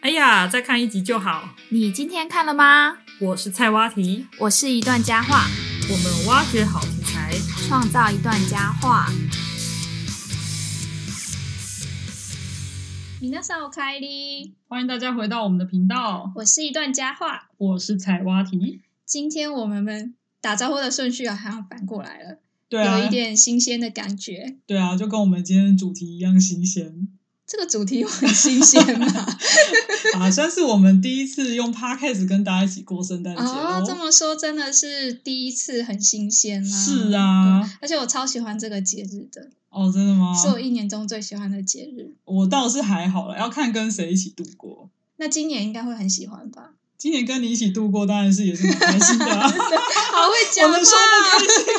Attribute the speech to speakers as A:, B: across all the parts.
A: 哎呀，再看一集就好。
B: 你今天看了吗？
A: 我是菜蛙题，
B: 我是一段佳话，
A: 我们挖掘好题材。
B: 创造一段佳话。你那时候开的，
A: 欢迎大家回到我们的频道，
B: 我是一段佳话。
A: 我是菜蛙题。
B: 今天我们们打招呼的顺序啊，好像反过来了，
A: 对啊
B: 有一，点新鲜的感觉。
A: 对啊，就跟我们今天的主题一样新 鲜
B: 这个主题有很新鲜 吗？
A: 啊，算是我们第一次用 podcast 跟大家一起过圣诞节
B: 哦，这么说真的是第一次很新鲜啦。
A: 是啊
B: 对，而且我超喜欢这个节日的，
A: 哦，真的吗？
B: 是我一年中最喜欢的节日。
A: 我倒是还好了，要看跟谁一起度过。
B: 那今年应该会很喜欢吧？
A: 今年跟你一起度过，当然是也是蛮开心的、 啊。
B: 好会
A: 我
B: 讲啊话
A: 能说不开心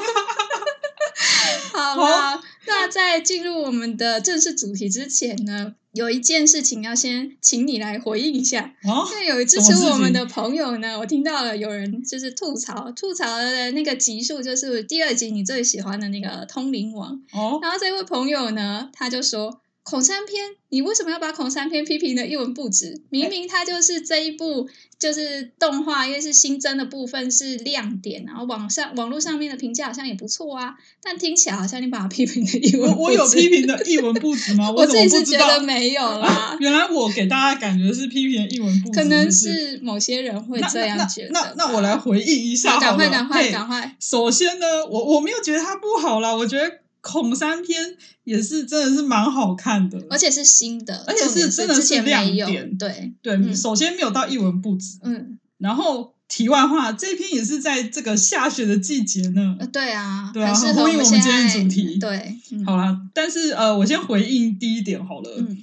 B: 好了，那在进入我们的正式主题之前呢，有一件事情要先请你来回应一下。
A: 啊？
B: 那有支
A: 什么事
B: 持
A: 情
B: 我们的朋友呢，我听到了有人就是吐槽，吐槽的那个集数就是第二集你最喜欢的那个通灵王。
A: 哦，
B: 然后这位朋友呢，他就说。孔三篇，你为什么要把孔三篇批评的一文不值？明明它就是这一部就是动画，因为是新增的部分是亮点，然后网上网络上面的评价好像也不错啊，但听起来好像你把它 批评的一文
A: 我
B: 不值。
A: 我有批，评的一文不值吗？
B: 我
A: 怎
B: 自
A: 么
B: 己
A: 不
B: 是
A: 知
B: 觉
A: 道？，
B: 得没有啦
A: 原来我给大家感觉是批评得一文不值，
B: 可能
A: 是
B: 是某些人会
A: 那
B: 这
A: 那
B: 样觉得
A: 那
B: 吧。
A: 那那我来回应一下
B: 好，赶
A: 好了
B: 快，赶快
A: 嘿
B: 赶快！
A: 首先呢，我我没有觉得它不好啦，我觉得孔三篇也是真的是蛮好看的，
B: 而且是新的，
A: 而且是
B: 重点
A: 真的是
B: 之前没有
A: 亮点，
B: 对，
A: 对，
B: 嗯
A: 首先没有到一文不值，
B: 嗯，
A: 然后题外话，这篇也是在这个下雪的季节呢
B: 呃，对啊，
A: 对啊
B: 很适合
A: 很呼应
B: 们
A: 我们
B: 现
A: 今天的
B: 在
A: 主题
B: 对，嗯
A: 好啦，但是呃，我先回应第一点好了，
B: 嗯，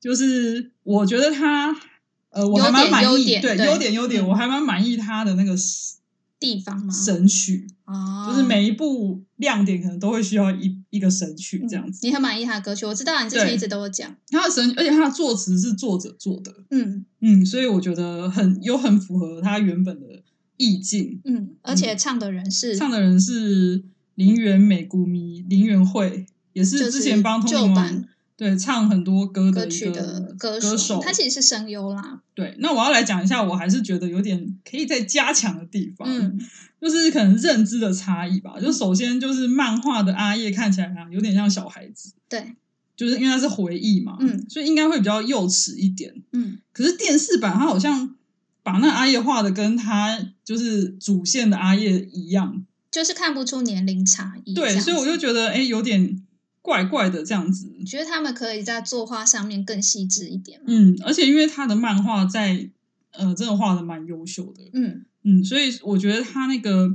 A: 就是我觉得他，呃，我还蛮满
B: 优
A: 意，
B: 点
A: 对
B: 对
A: 优点优点，
B: 嗯
A: 我还蛮满意他的那个
B: 地方吗？
A: 神曲，
B: 哦，
A: 就是每一部亮点可能都会需要一一个神曲这样子。
B: 嗯你很满意他的歌曲，我知道你之前
A: 对
B: 一直都有讲，
A: 他的神，而且他的作词是作者做的，
B: 嗯
A: 嗯，所以我觉得很有很符合他原本的意境。
B: 嗯，而且唱的人是
A: 唱的人是林园美谷迷林园惠，也
B: 就是
A: 之前帮通
B: 旧
A: 灵王
B: 版
A: 对唱很多歌的
B: 歌
A: 一
B: 曲
A: 个
B: 的
A: 歌
B: 手，他其实是声优啦，
A: 对，那我要来讲一下，我还是觉得有点可以再加强的地方，
B: 嗯，
A: 就是可能认知的差异吧。就首先就是漫画的阿叶看起来啊，有点像小孩子，
B: 对，
A: 就是因为他是回忆嘛，
B: 嗯，
A: 所以应该会比较幼齿一点。
B: 嗯
A: 可是电视版他好像把那阿叶画的跟他就是主线的阿叶一样，
B: 就是看不出年龄差异，这
A: 对，
B: 样
A: 所以我
B: 子
A: 就觉得哎、诶有点怪怪的这样子。
B: 觉得他们可以在作画上面更细致一点嘛，
A: 嗯，而且因为他的漫画在呃真的画的蛮优秀的，
B: 嗯
A: 嗯，所以我觉得他那个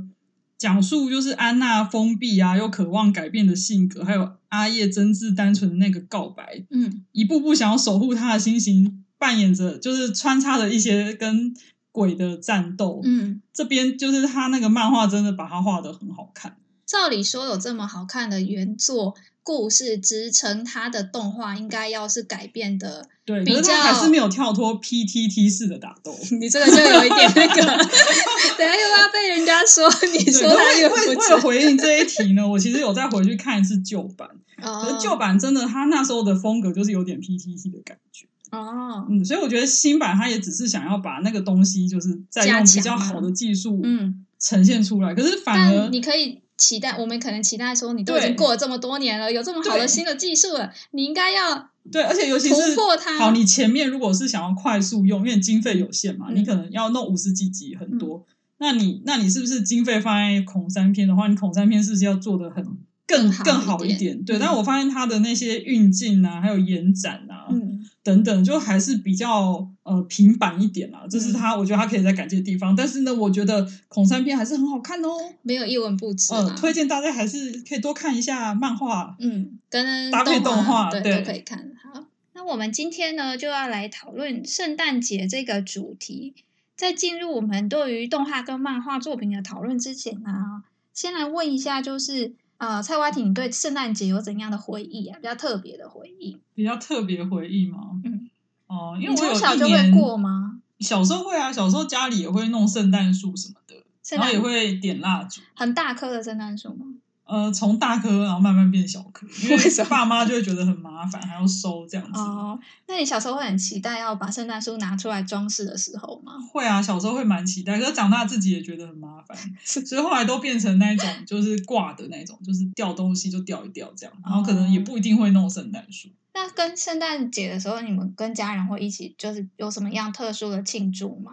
A: 讲述就是安娜封闭啊，又渴望改变的性格，还有阿叶真挚单纯的那个告白，
B: 嗯
A: 一步步想要守护她的心情，扮演着就是穿插着一些跟鬼的战斗。
B: 嗯。
A: 这边就是他那个漫画真的把它画的很好看，
B: 照理说有这么好看的原作故事支撑，它的动画应该要是改变的，
A: 对，
B: 比
A: 可是他
B: 较
A: 还是没有跳脱 PTT 式的打 斗。
B: 你这个就有一点那个，等下又要被人家说你
A: 对，
B: 说
A: 可
B: 他
A: 是为
B: 有
A: 为为
B: 不
A: 了
B: 值
A: 回应这一题呢，我其实有再回去看一次旧版，可
B: 哦
A: 是旧版真的他那时候的风格就是有点 PTT 的感觉。
B: 哦，
A: 嗯，所以我觉得新版它也只是想要把那个东西，就是再用比较好的技术
B: 啊嗯，
A: 呈现出来。可是反而
B: 但你可以期待，我们可能期待说你都已
A: 嗯对
B: 经过了这么多年了，有这么好
A: 对
B: 的新的技术了，你应该要
A: 对，而且尤其
B: 突
A: 是
B: 破它
A: 好，你前面如果是想要快速用，因为经费有限嘛，
B: 嗯
A: 你可能要弄五十几集，很多。那你那你是不是经费放在孔三篇的话，你孔三篇是不是要做的很更
B: 更好
A: 好
B: 一
A: 一
B: 点
A: 点？对，
B: 嗯
A: 但我发现它的那些运镜啊，还有延展啊、
B: 嗯
A: 等等，就还是比较呃平板一点啊。这
B: 嗯
A: 是它，我觉得它可以再改进的地方。但是呢，我觉得孔三篇还是很好看哦。
B: 没有一文不值
A: 呃，
B: 嘛，
A: 推荐大家还是可以多看一下漫画。
B: 嗯，跟
A: 搭配动画
B: 画
A: 对
B: 都可以看。好，那我们今天呢就要来讨论圣诞节这个主题。在进入我们对于动画跟漫画作品的讨论之前呢，先来问一下，就是呃，蔡蛙婷，你对圣诞节有怎样的回忆啊？比较特别的回忆？
A: 比较特别回忆嘛。
B: 嗯，
A: 哦、因为
B: 你
A: 我有
B: 从
A: 一
B: 小就
A: 年
B: 会过吗？
A: 小时候会啊，小时候家里也会弄圣诞树什么的，
B: 圣
A: 然后
B: 诞
A: 也会点蜡烛。
B: 很大棵的圣诞树吗？
A: 呃，从大颗然后慢慢变小颗，因为
B: 为什么
A: 爸妈就会觉得很麻烦，还要收这样子。
B: 哦，那你小时候会很期待要把圣诞树拿出来装饰的时候吗？
A: 会啊，小时候会蛮期待，可是长大自己也觉得很麻烦，所以后来都变成那一种就是挂的那种，就是掉东西就掉一掉这样，然后可能也不一定会弄圣诞树。
B: 那跟圣诞节的时候，你们跟家人会一起，就是有什么样特殊的庆祝吗？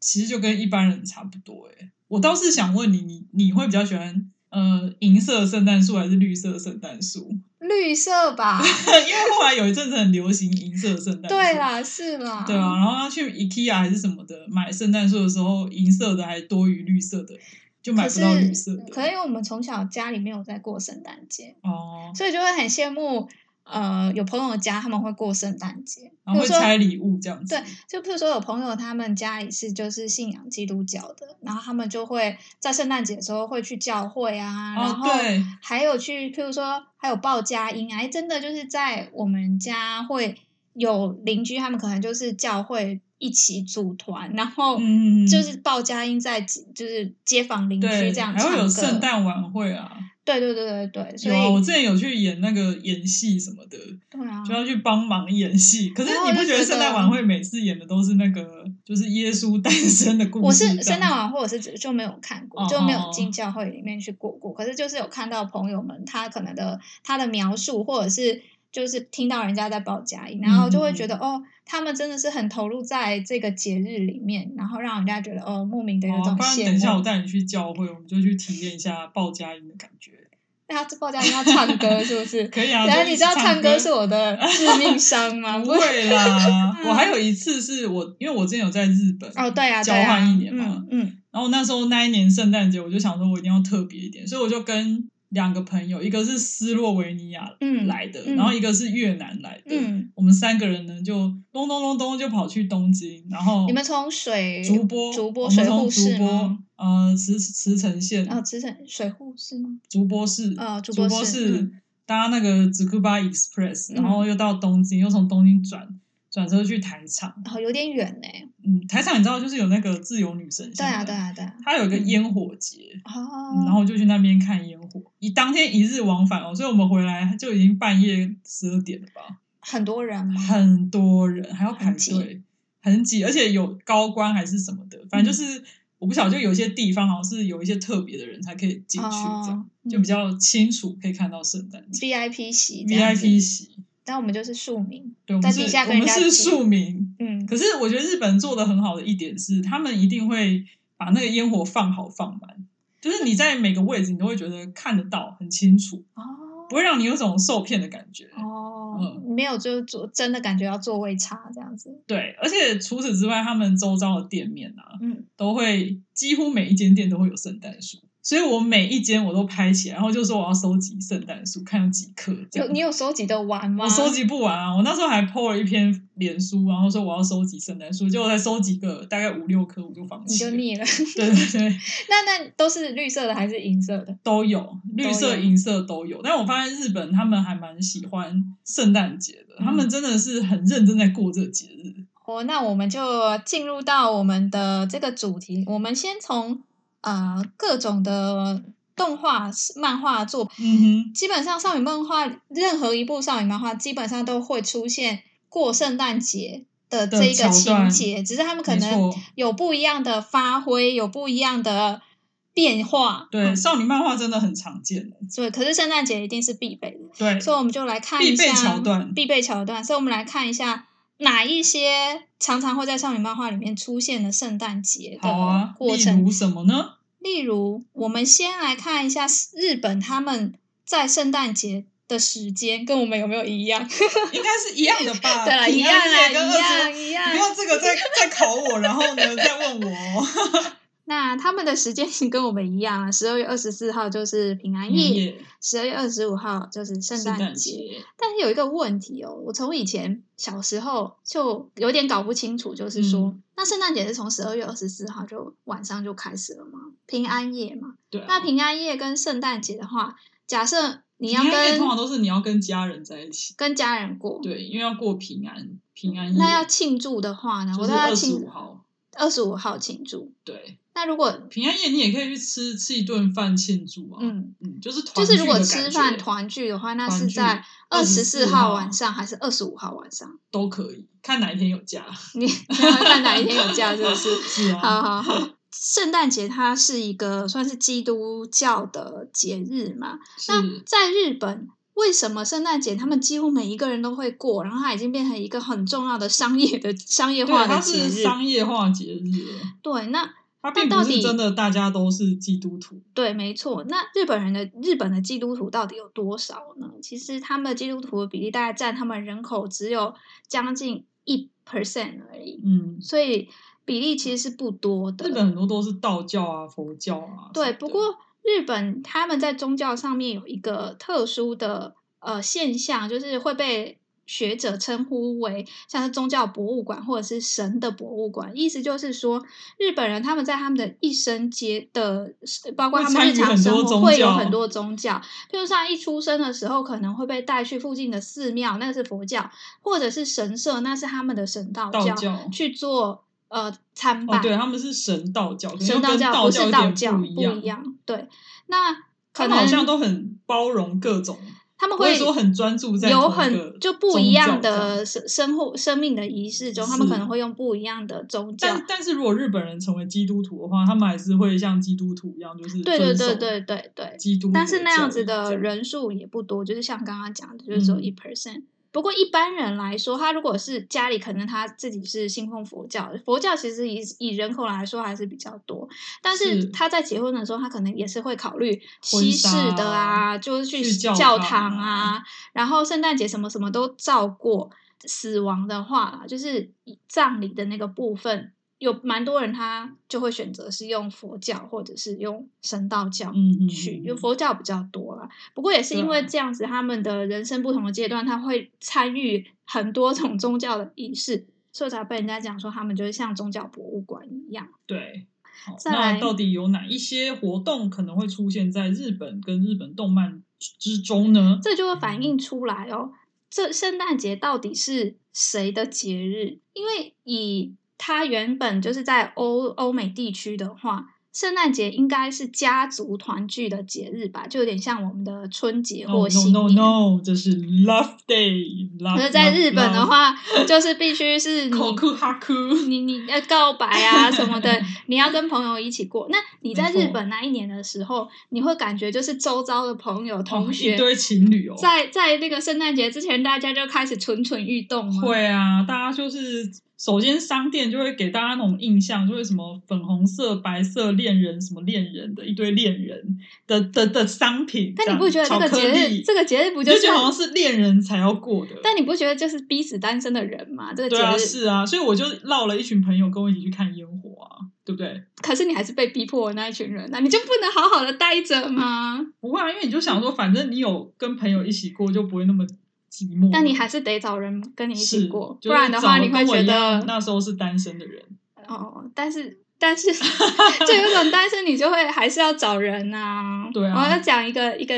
A: 其实就跟一般人差不多诶、我倒是想问你，你你会比较喜欢呃银色圣诞树还是绿色圣诞树？
B: 绿色吧，
A: 因为后来有一阵子很流行银色圣诞树。
B: 对啦，是啦，
A: 对啊，然后要去 IKEA 还是什么的买圣诞树的时候，银色的还多于绿色的，就买
B: 可
A: 不
B: 是
A: 到绿色的。
B: 可是因为我们从小家里没有在过圣诞节，
A: 哦，
B: 所以就会很羡慕。呃，有朋友家他们会过圣诞节，
A: 然后会
B: 比如说
A: 拆礼物这样子。
B: 对就譬如说有朋友他们家里是就是信仰基督教的，然后他们就会在圣诞节的时候会去教会啊，然
A: 哦，
B: 后
A: 对，
B: 还有去譬如说还有报佳音啊，诶真的就是在我们家会有邻居他们可能就是教会一起组团，然后
A: 嗯，
B: 就是报佳音在就是街坊邻居
A: 对，
B: 这样
A: 还
B: 唱
A: 会
B: 歌，
A: 有圣诞晚会啊，
B: 对对对对对，所
A: 有啊，我
B: 以
A: 之前有去演那个演戏什么的，
B: 对啊
A: 就，要去帮忙演戏。可是
B: 然
A: 你
B: 后我
A: 不
B: 就
A: 觉得
B: 觉
A: 圣诞
B: 得
A: 晚会每次演的都是那个就是耶稣诞生的故事？
B: 我是
A: 这样子
B: 圣诞晚会，我是只就没有看过，
A: 哦
B: 就没
A: 哦
B: 有
A: 嗯哦
B: 进教会里面去过过。可是就是有看到朋友们他可能的他的描述，或者是就是听到人家在报佳音，然后就会
A: 嗯
B: 觉得、哦，他们真的是很投入在这个节日里面，然后让人家觉得哦，莫名的有
A: 好啊
B: 种
A: 不然
B: 羡
A: 等一下我
B: 慕。
A: 带你去教会，我们就去体验一下报佳音的感觉。
B: 那、他哎报佳音要唱歌是不 是？
A: 可以 啊，
B: 然后
A: 就
B: 你
A: 一
B: 知道
A: 起
B: 唱歌
A: 歌
B: 是 我的致命伤吗？
A: 不
B: 不是
A: 会 啦，我还有一次是我，因为我之前有在日本
B: 哦，对啊，
A: 交
B: 对啊
A: 换一年嘛，
B: 嗯嗯
A: 然后那时候那一年圣诞节，我就想说我一定要特别一点，所以我就跟两个朋友，一个是斯洛维尼亚
B: 嗯
A: 来的，
B: 嗯
A: 然后一个是越南来的，
B: 嗯，
A: 我们三个人呢就隆咚隆咚就跑去东京，然后
B: 你们从水
A: 哦竹波
B: 竹波
A: 我们
B: 水
A: 从
B: 户
A: 竹
B: 市
A: 波
B: 吗？
A: 呃茨茨城县
B: 哦，直城水户是吗？
A: 竹波市
B: 哦竹
A: 波
B: 波市嗯
A: 搭那个 z u k u b a Express，
B: 嗯
A: 然后又到东京，又从东京转转车去台场，
B: 哦，有点远呢、
A: 嗯，台场你知道就是有那个自由女神
B: 对
A: 像
B: 啊，
A: 的，
B: 对啊，对啊。
A: 它有一个
B: 嗯
A: 烟火节。嗯
B: 哦，
A: 然后就去那边看烟火，一当天一日往返哦，所以我们回来就已经半夜十二点了吧，
B: 很多人吗？
A: 很多人还要排
B: 很挤
A: 队，很挤，而且有高官还是什么的，反正
B: 嗯
A: 就是、我不晓得，就有些地方好像是有一些特别的人才可以进去，这样、
B: 哦嗯
A: 就比较清楚可以看到圣诞节
B: VIP 席这样子
A: VIP 席，
B: 但我们就是庶民。
A: 对，我
B: 在
A: 们
B: 地
A: 是
B: 下
A: 我
B: 跟人
A: 们
B: 家
A: 是
B: 挤
A: 庶民，
B: 嗯，
A: 可是我觉得日本做的很好的一点是，他们一定会把那个烟火放好放满，就是你在每个位置你都会觉得看得到很清楚，
B: 哦
A: 不会让你有种受骗的感觉。
B: 哦，
A: 嗯
B: 没有，就是做真的感觉要座位差这样子。
A: 对，而且除此之外，他们周遭的店面啊，
B: 嗯，
A: 都会几乎每一间店都会有圣诞树，所以我每一间我都拍起来，然后就说我要收集圣诞树，看有几棵这
B: 有
A: 样。
B: 你有收集的玩吗？
A: 我收集不完啊！我那时候还 po 了一篇脸书，然后说我要收集圣诞树，结果才收集个大概五六棵，我就放
B: 你
A: 弃
B: 就
A: 了。
B: 腻了。
A: 对对对，
B: 那那都是绿色的还是银色的？
A: 都有，绿色、
B: 有
A: 银色都有。但我发现日本他们还蛮喜欢圣诞节的，
B: 嗯
A: 他们真的是很认真在过这个节日。
B: 哦，那我们就进入到我们的这个主题。我们先从呃各种的动画、漫画作品
A: 嗯
B: 基本上少女漫画任何一部少女漫画基本上都会出现过圣诞节的这一个
A: 的桥段
B: 情节，只是他们可
A: 哼，没
B: 能嗯
A: 错，
B: 有不一样的发挥，有不一样的变化。
A: 对，
B: 嗯
A: 少女漫画真的很常见的，
B: 对，可是圣诞节一定是必备的，
A: 对，
B: 所以我们就来看
A: 必
B: 一下
A: 备桥段
B: 必备桥段。所以我们来看一下哪一些常常会在少女漫画里面出现的圣诞节
A: 好
B: 的
A: 啊。
B: 过
A: 例
B: 程。
A: 如什么呢？
B: 例如，我们先来看一下日本他们在圣诞节的时间跟我们有没有一样？
A: 应该是一样的 吧？
B: 对啦，一
A: 平
B: 样
A: 安
B: 啦，
A: 夜
B: 一
A: 跟二
B: 样
A: 十，
B: 一
A: 不
B: 样。
A: 要这个再再考我，然后呢再问我哦。
B: 那他们的时间跟我们一样啊，十二月二十四号就是平安夜，十二月二十五号就是圣
A: 圣
B: 诞
A: 诞
B: 节。
A: 节，
B: 但是有一个问题哦，我从以前小时候就有点搞不清楚，就是说，
A: 嗯
B: 那圣诞节是从十二月二十四号就晚上就开始了吗？平安夜嘛，
A: 对啊。
B: 那平安夜跟圣诞节的话，假设你要
A: 平安夜
B: 跟
A: 通常都是你要跟家人在一起，
B: 跟家人过，
A: 对，因为要过平安平安夜，
B: 那要庆祝的话呢？
A: 就
B: 我
A: 是
B: 都要
A: 二十五
B: 庆
A: 号，哦
B: 二十五号庆祝。
A: 对，
B: 那如果
A: 平安夜你也可以去吃吃一顿饭庆祝啊。
B: 嗯，
A: 嗯，就是团
B: 就是
A: 聚
B: 如果
A: 的
B: 吃
A: 感
B: 饭
A: 觉
B: 团聚的话，那
A: 团
B: 是
A: 聚
B: 在二十四
A: 24
B: 号
A: 号
B: 晚上还是二十五号晚上？
A: 都可以，看哪一天有假。
B: 你 那要看哪一天有假，是不是？
A: 是啊，
B: 好好好，圣诞节它是一个算是基督教的节日嘛。那
A: 是
B: 在日本，为什么圣诞节他们几乎每一个人都会过，然后它已经变成一个很重要的商业的商业
A: 对，
B: 化的
A: 它
B: 节
A: 是
B: 日？
A: 商业化节日了，
B: 对，那
A: 它并
B: 到
A: 不
B: 底
A: 是真的大家都是基督徒。
B: 对，没错。那日本人的日本的基督徒到底有多少呢？其实他们基督徒的比例大概占他们人口只有将近一 percent 而已，
A: 嗯，
B: 所以比例其实是不多的。
A: 日本很多都是道教啊、佛教啊。
B: 对，
A: 什么
B: 不
A: 的
B: 过日本他们在宗教上面有一个特殊的呃现象，就是会被学者称呼为像是宗教博物馆或者是神的博物馆。意思就是说，日本人他们在他们的一生接的，包括
A: 会
B: 他们
A: 参
B: 日
A: 与
B: 常
A: 很
B: 生
A: 多
B: 活
A: 宗
B: 会有
A: 教
B: 很多宗教，譬如像一出生的时候可能会被带去附近的寺庙，那个是佛教，或者是神社，那是他们的神道
A: 道
B: 教
A: 教
B: 去做呃参拜。
A: 哦，对，他们是神道教，可能
B: 神
A: 又
B: 道
A: 跟
B: 教
A: 道
B: 不是
A: 有
B: 道
A: 点
B: 教
A: 不一样。
B: 样。对，那可
A: 他
B: 能
A: 们好像都很包容各种，
B: 他们
A: 不会
B: 会
A: 说很专注在
B: 有
A: 同一个
B: 很就不
A: 宗
B: 一样
A: 教这
B: 的
A: 样
B: 生生活生命的仪式中，他们可
A: 是
B: 能会用不一样的宗教
A: 但。但是如果日本人成为基督徒的话，他们还是会像基督徒一样，就是
B: 对对
A: 遵守
B: 对对对对，
A: 基督徒的教义。
B: 但是那样子
A: 这
B: 的
A: 样
B: 人数也不多，就是像刚刚讲的，就是只有
A: 嗯
B: 一 percent。不过一般人来说，他如果是家里可能他自己是信奉佛教的，佛教其实以以人口来说还是比较多，但是
A: 是
B: 他在结婚的时候，他可能也是会考虑
A: 婚
B: 西式
A: 纱
B: 的啊，就是去
A: 去教
B: 教
A: 堂
B: 堂啊
A: 啊，
B: 然后圣诞节什么什么都照过。死亡的话啦，就是葬礼的那个部分，有蛮多人他就会选择是用佛教或者是用神道教
A: 嗯嗯嗯
B: 去，
A: 嗯
B: 就佛教比较多啦。不过也是因为
A: 对啊
B: 这样子，他们的人生不同的阶段，他会参与很多种宗教的仪式，所以才被人家讲说他们就是像宗教博物馆一样。
A: 对。好
B: 再来
A: 那到底有哪一些活动可能会出现在日本跟日本动漫之中呢？
B: 这就会反
A: 嗯
B: 映出来哦。这圣诞节到底是谁的节日？因为以它原本就是在欧欧美地区的话，圣诞节应该是家族团聚的节日吧，就有点像我们的春节
A: No
B: 或新
A: no no
B: 年。
A: no，这是 Love Day。
B: 那在日本的，话，就是必须是你
A: 口哭哈哭。
B: 你你要告白啊什么 的，你要跟朋友一起过。那你在
A: 没
B: 日
A: 错
B: 本那一年的时候，你会感觉就是周遭的朋友、同
A: 哦
B: 学、
A: 一堆情侣哦，
B: 在在那个圣诞节之前，大家就开始蠢蠢欲动吗？
A: 会啊，大家就是首先商店就会给大家那种印象，就是什么粉红色、白色恋人、什么恋人的一堆恋人的的的商品。
B: 但你不觉
A: 这样
B: 得这个
A: 巧克
B: 节日，
A: 力
B: 这个节日不
A: 你就
B: 就是
A: 觉得好像是恋人才要过的？
B: 但你不觉得就是逼死单身的人吗？这个节
A: 对
B: 日，
A: 啊，是啊，所以我就绕了一群朋友跟我一起去看烟火啊，对不对？
B: 可是你还是被逼迫的那一群人啊，你就不能好好的待着吗？
A: 不会啊，因为你就想说，反正你有跟朋友一起过，就不会那么寂寞。
B: 但你还是得找人跟你一起
A: 是
B: 过，
A: 就是
B: 不然的话
A: 找
B: 你会
A: 跟我
B: 觉
A: 一样
B: 得
A: 那时候是单身的人。
B: 哦，但是。但是， 就有种单身，你就会还是要找人 呐、
A: 对啊
B: 我要讲一个一个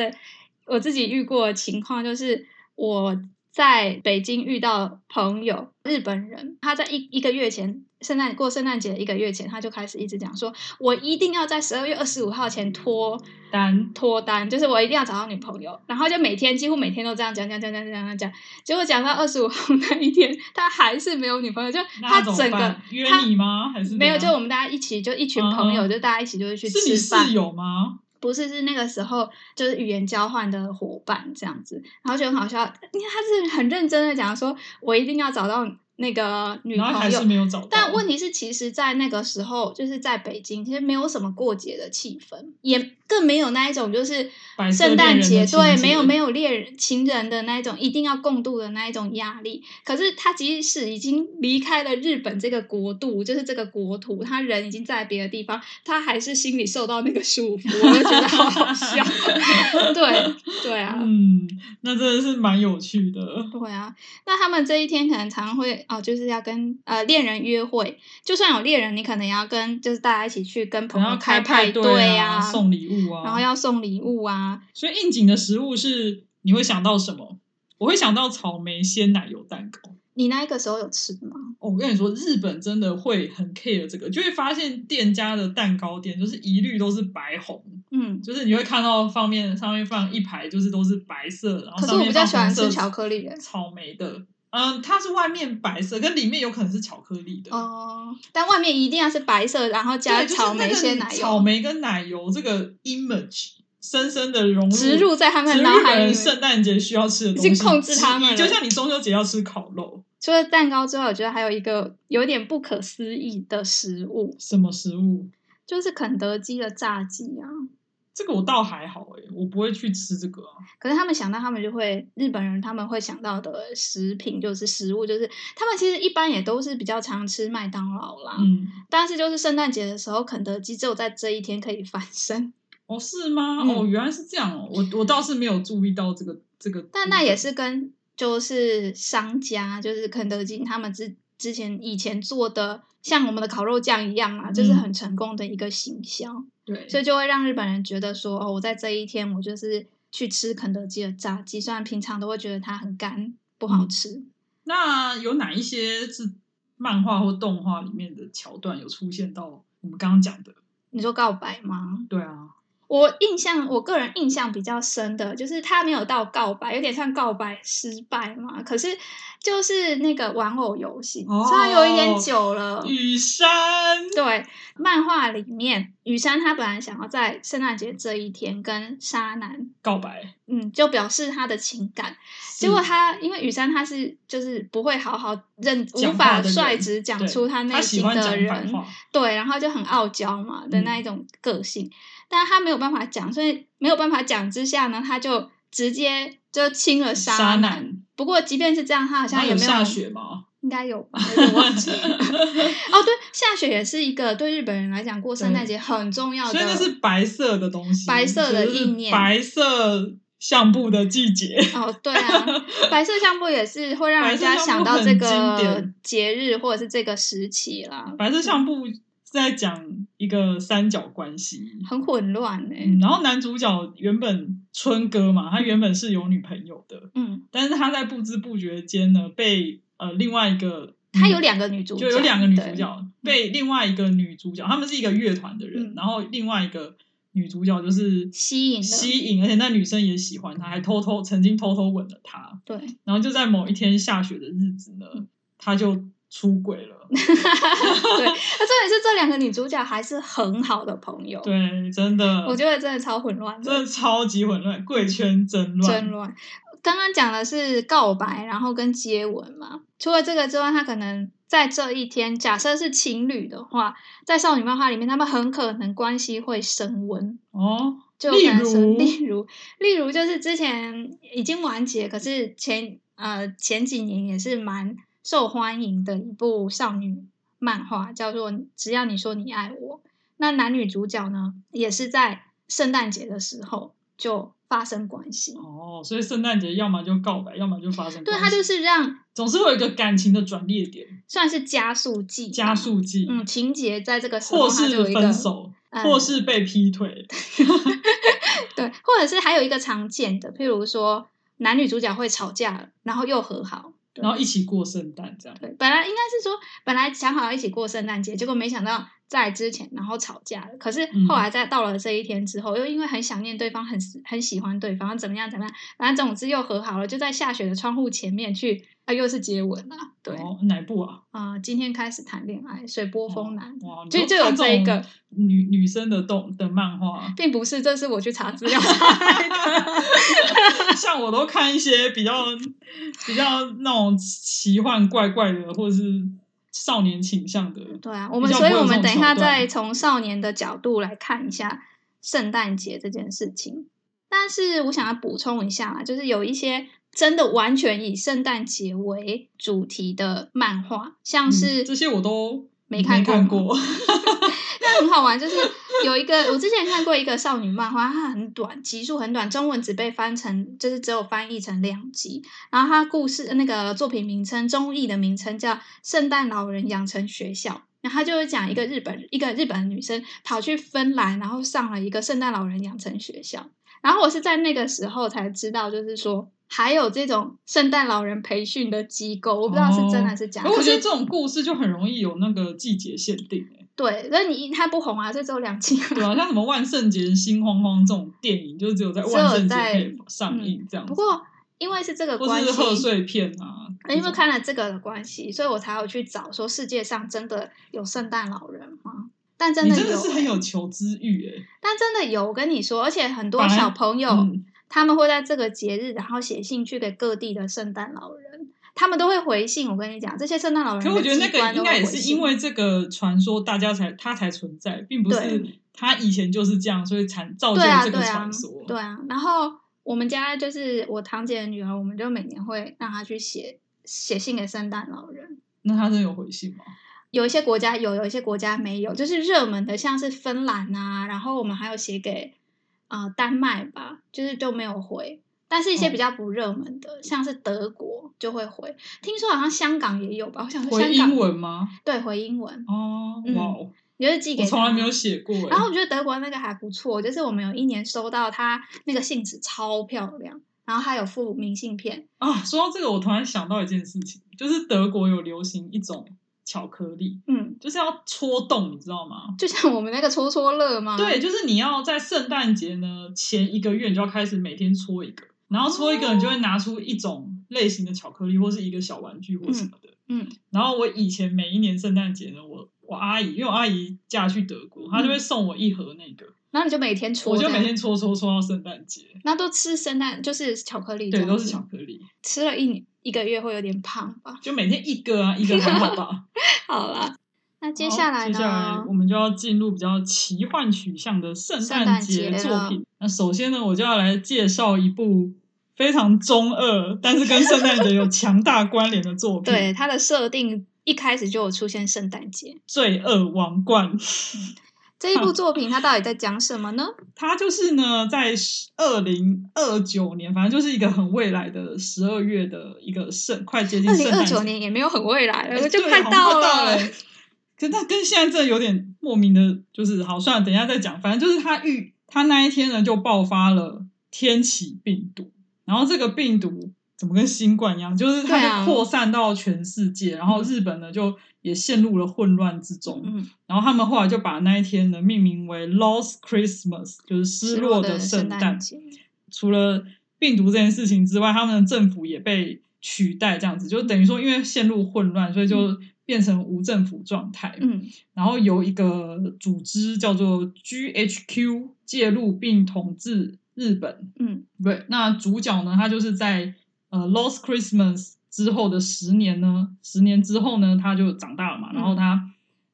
B: 我自己遇过的情况，就是我在北京遇到朋友，日本人，他在一一个月前，圣诞过圣诞节一个月前，他就开始一直讲说，我一定要在十二月二十五号前脱
A: 单
B: 脱单，就是我一定要找到女朋友，然后就每天几乎每天都这样讲讲讲讲讲讲讲，结果讲到二十五号那一天，他还是没有女朋友，就他
A: 那怎么
B: 整个
A: 办约
B: 他
A: 你吗？还是
B: 没有，
A: 怎
B: 就
A: 样
B: 我们大家一起，就一群朋友，
A: 嗯哼
B: 就大家一起就会去
A: 是你
B: 吃饭
A: 室。友吗？
B: 不是，是那个时候就是语言交换的伙伴这样子，然后就很好笑。你看他是很认真的讲说，我一定要找到那个女
A: 然后
B: 朋
A: 还是
B: 友。
A: 没有找到。
B: 但问题是，其实，在那个时候，就是在北京，其实没有什么过节的气氛，也更没有那一种就是
A: 白色
B: 圣诞
A: 恋人的情
B: 对
A: 节
B: 没有没有恋人情人的那一种一定要共度的那一种压力。可是他即使已经离开了日本这个国度，就是这个国土，他人已经在别的地方，他还是心里受到那个束缚，我就觉得好好笑。 对对啊，
A: 嗯，那真的是蛮有趣的。
B: 对啊，那他们这一天可能常常会哦，就是要跟呃恋人约会，就算有恋人，你可能也要跟就是大家一起去跟
A: 可
B: 朋
A: 能要
B: 友
A: 开
B: 派
A: 对
B: 啊，
A: 送礼物啊，
B: 然后要送礼物啊，
A: 所以应景的食物是你会想到什么？我会想到草莓鲜奶油蛋糕，
B: 你那一个时候有吃吗？
A: 哦我跟你说，日本真的会很 care 这个，就会发现店家的蛋糕店就是一律都是白红，
B: 嗯，
A: 就是你会看到方面上面放一排就是都是白色，然后
B: 可是
A: 上
B: 我
A: 面
B: 比较
A: 放
B: 喜欢
A: 红色
B: 吃巧克力的
A: 草莓的。嗯，它是外面白色，跟里面有可能是巧克力的。
B: 哦，但外面一定要是白色，然后加
A: 对，就是
B: 草莓
A: 那个
B: 鲜奶
A: 草
B: 油，
A: 莓跟奶油这个 image 深深的融入
B: 植入在他们
A: 植
B: 的
A: 入
B: 脑
A: 日
B: 海
A: 本人
B: 里面。
A: 圣诞节需要吃的东西，
B: 已经控制他们了
A: 之一就像你中秋节要吃烤肉，
B: 除了蛋糕之外，我觉得还有一个有点不可思议的食物，
A: 什么食物？
B: 就是肯德基的炸鸡啊。
A: 这个我倒还好诶、我不会去吃这个啊、
B: 可是他们想到，他们就会日本人他们会想到的食品就是食物，就是他们其实一般也都是比较常吃麦当劳啦，
A: 嗯，
B: 但是就是圣诞节的时候，肯德基只有在这一天可以翻身，
A: 哦，是吗？
B: 嗯
A: 哦，原来是这样哦，我我倒是没有注意到这个这个部分，
B: 但那也是跟就是商家，就是肯德基他们之之前以前做的，像我们的烤肉酱一样啊，就是
A: 嗯
B: 很成功的一个行销。
A: 对，
B: 所以就会让日本人觉得说，哦，我在这一天我就是去吃肯德基的炸鸡，虽然平常都会觉得它很干不好
A: 嗯
B: 吃。
A: 那有哪一些是漫画或动画里面的桥段有出现到我们刚刚讲的？
B: 你说告白吗？
A: 对啊，
B: 我印象，我个人印象比较深的就是他没有到告白，有点像告白失败嘛。可是就是那个玩偶游戏，
A: 哦嗯
B: 虽然有一点久了。
A: 雨山，
B: 对，漫画里面雨山他本来想要在圣诞节这一天跟沙男，
A: 告白，
B: 嗯，就表示他的情感，结
A: 嗯
B: 果他因为雨山他是就是不会好好认，无
A: 讲话
B: 法
A: 的人
B: 率直讲
A: 对
B: 出他内
A: 他喜
B: 心
A: 欢
B: 的
A: 讲反
B: 人，
A: 话，
B: 对，然后就很傲娇嘛的
A: 嗯
B: 那一种个性，但他没有办法讲，所以没有办法讲之下呢，他就直接就亲了
A: 沙
B: 男。
A: 男
B: 不过即便是这样，他好
A: 然
B: 像
A: 后
B: 也没有
A: 下雪吗？
B: 应该有 吧，有点忘记。哦，对，下雪也是一个对日本人来讲过圣诞
A: 对
B: 节很重要的，
A: 所以那是白色的东西，
B: 白色的
A: 就是
B: 意念
A: 白色相簿的季节。
B: 哦，对 啊，白色相簿也是会让
A: 白
B: 人
A: 色
B: 家
A: 相
B: 想
A: 簿
B: 到
A: 很
B: 这
A: 经
B: 个
A: 典
B: 节日或者是这个时期啦，
A: 白色相簿是在讲一个三角关系，
B: 很混乱呢、欸
A: 嗯，然后男主角原本春哥嘛，他原本是有女朋友的，
B: 嗯，
A: 但是他在不知不觉间呢，被呃另外一个，
B: 她有两个女主角，
A: 就有两个女主
B: 对，
A: 角被另外一个女主角，他们是一个乐团的人，
B: 嗯
A: 然后另外一个女主角就是
B: 吸引了
A: 吸引，而且那女生也喜欢他，还偷偷曾经偷偷吻了他，
B: 对，
A: 然后就在某一天下雪的日子呢，
B: 嗯
A: 他就出轨 了。
B: 对，那重点是这两个女主角还是很好的朋友，，
A: 对，真的，
B: 我觉得真的超混乱
A: 真的超级混乱，贵圈真乱。
B: 真乱。刚刚讲的是告白，然后跟接吻嘛。除了这个之外，他可能在这一天，假设是情侣的话，在少女漫画里面，他们很可能关系会升温。
A: 哦，
B: 就
A: 例
B: 可能是
A: 如
B: 例如，例如就是之前已经完结，可是前呃前几年也是蛮受欢迎的一部少女漫画，叫做《只要你说你爱我》。那男女主角呢，也是在圣诞节的时候就发生关系。
A: 哦，所以圣诞节要么就告白，要么就发生关系。
B: 对，它就是让
A: 总是会有一个感情的转捩点，
B: 算是加速剂，
A: 加，速剂，
B: 嗯，情节在这个时候
A: 或
B: 它
A: 是
B: 就有一个
A: 分手，
B: 嗯
A: 或是被劈腿。
B: 对，或者是还有一个常见的，譬如说男女主角会吵架了，然后又和好，对
A: 然后一起过圣诞，这样
B: 对，本来应该是说，本来想好要一起过圣诞节，结果没想到在之前然后吵架了。可是
A: 嗯
B: 后来在到了这一天之后，又因为很想念对方，很喜很喜欢对方，怎么样怎么样，反正总之又和好了，就在下雪的窗户前面去，啊，又是接吻了。对，啊、
A: 哦，哪部啊？
B: 今天开始谈恋爱，随波风男，
A: 哇，你
B: 就
A: 都
B: 就有
A: 看
B: 这一
A: 种
B: 个，
A: 女女生的动的漫画，
B: 并不是，这是我去查资料查来的。
A: 像我都看一些比较比较那种奇幻怪怪的，或者是少年倾向的。嗯
B: 对啊，我们
A: 比较
B: 所以
A: 不会有
B: 我
A: 这种
B: 们等一下
A: 桥段
B: 再从少年的角度来看一下圣诞节这件事情。但是我想要补充一下啊，就是有一些真的完全以圣诞节为主题的漫画，像是、
A: 嗯这些我都
B: 没看
A: 看
B: 过
A: 过。
B: 那很好玩，就是有一个 我之前看过一个少女漫画，它很短，集数很短，中文只被翻成就是只有翻译成两集。然后它故事那个作品名称，中译的名称叫《圣诞老人养成学校》。然后它就会讲一个日本一个日本女生跑去芬兰，然后上了一个圣诞老人养成学校。然后我是在那个时候才知道，就是说还有这种圣诞老人培训的机构，我不知道是真还是假。
A: 可哦我
B: 可
A: 觉得
B: 是
A: 这种故事就很容易有那个季节限定、欸，
B: 对，那你它不红啊，这只有两季、
A: 对啊，像什么万圣节心慌慌这种电影，就只有在万圣节可以上映这样子。
B: 嗯不过因为是这个
A: 或
B: 关
A: 是贺
B: 系，哎
A: 岁片啊，
B: 因为看了这个的关系，所以我才有去找说世界上真的有圣诞老人吗？但真
A: 你
B: 的
A: 真
B: 有、
A: 的是很
B: 欸
A: 有求知欲哎、
B: 但真的有，我跟你说，而且很多
A: 本来
B: 小朋友、
A: 嗯，
B: 他们会在这个节日，然后写信去给各地的圣诞老人，他们都会回信。我跟你讲，这些圣诞老人
A: 可我觉得那
B: 的机
A: 个
B: 关都
A: 应
B: 会
A: 该也
B: 回
A: 是
B: 信
A: 因为这个传说，大家才它才存在，并不是
B: 对
A: 它以前就是这样，所以才造就
B: 对
A: 了
B: 啊
A: 这个
B: 对啊
A: 传说。
B: 对啊。然后我们家就是我堂姐的女儿，我们就每年会让她去写写信给圣诞老人。
A: 那它真的有回信吗？
B: 有一些国家有，有一些国家没有，就是热门的，像是芬兰啊，然后我们还有写给呃丹麦吧，就是都没有回。但是一些
A: 哦
B: 比较不热门的，像是德国就会回，听说好像香港也有吧？我想说
A: 回
B: 香港
A: 英文吗？
B: 对，回英文，
A: 哦，
B: 嗯
A: 哇哦，
B: 你就是寄给
A: 我从
B: 他
A: 来没有
B: 们。
A: 写过哎、
B: 然后我觉得德国那个还不错，就是我们有一年收到他那个信纸超漂亮，然后还有附明信片。
A: 啊，说到这个，我突然想到一件事情，就是德国有流行一种巧克力，
B: 嗯，
A: 就是要戳洞，你知道吗？
B: 就像我们那个戳戳乐嘛。
A: 对，就是你要在圣诞节呢前一个月，你就要开始每天搓一个，然后搓一个，
B: 哦
A: 你就会拿出一种类型的巧克力，或是一个小玩具或什么的。
B: 嗯，
A: 然后我以前每一年圣诞节呢，我我阿姨，因为我阿姨嫁去德国，她就
B: 嗯
A: 会送我一盒那个，
B: 然后你就每天戳
A: 我
B: 这
A: 就
B: 样，
A: 每天搓搓搓到圣诞节。
B: 那都吃圣诞就是巧克力这
A: 对，
B: 样子，
A: 都是巧克力，
B: 吃了一年一个月会有点胖吧？
A: 就每天一个啊，一个还好 吧。
B: 好啦，那接
A: 好
B: 下来
A: 接
B: 呢？
A: 下来我们就要进入比较奇幻取向的圣
B: 圣
A: 诞
B: 诞
A: 节
B: 节
A: 作
B: 了
A: 品。那首先呢，我就要来介绍一部非常中二，但是跟圣诞节有强大关联的作品
B: 对它的设定一开始就有出现圣诞节
A: ——罪恶王冠》。
B: 这一部作品，它到底在讲什么呢？
A: 它就是呢，在二零二九年，反正就是一个很未来的十二月的一个圣，快接近
B: 二
A: 圣
B: 零
A: 诞
B: 二
A: 节
B: 九年也没有很未来
A: 哎
B: 了，就
A: 对
B: 快
A: 好
B: 到了。
A: 欸可那跟现在这有点莫名的，就是好，算了，等一下再讲。反正就是他遇他那一天呢，就爆发了天启病毒，然后这个病毒怎么跟新冠一样，就是
B: 对
A: 它
B: 啊
A: 就扩散到全世界，然后日本呢就也陷入了混乱之中。
B: 嗯，
A: 然后他们后来就把那一天呢命名为 Lost Christmas，就是失落的圣
B: 圣
A: 诞。
B: 节。
A: 除了病毒这件事情之外，他们的政府也被取代，这样子就等于说，因为陷入混乱，所以就变成无政府状态。
B: 嗯，
A: 然后由一个组织叫做 GHQ 介入并统治日本。
B: 嗯，
A: 对，那主角呢，他就是在呃 Lost Christmas 之后的十年呢，十年之后呢，他就长大了嘛，
B: 嗯
A: 然后他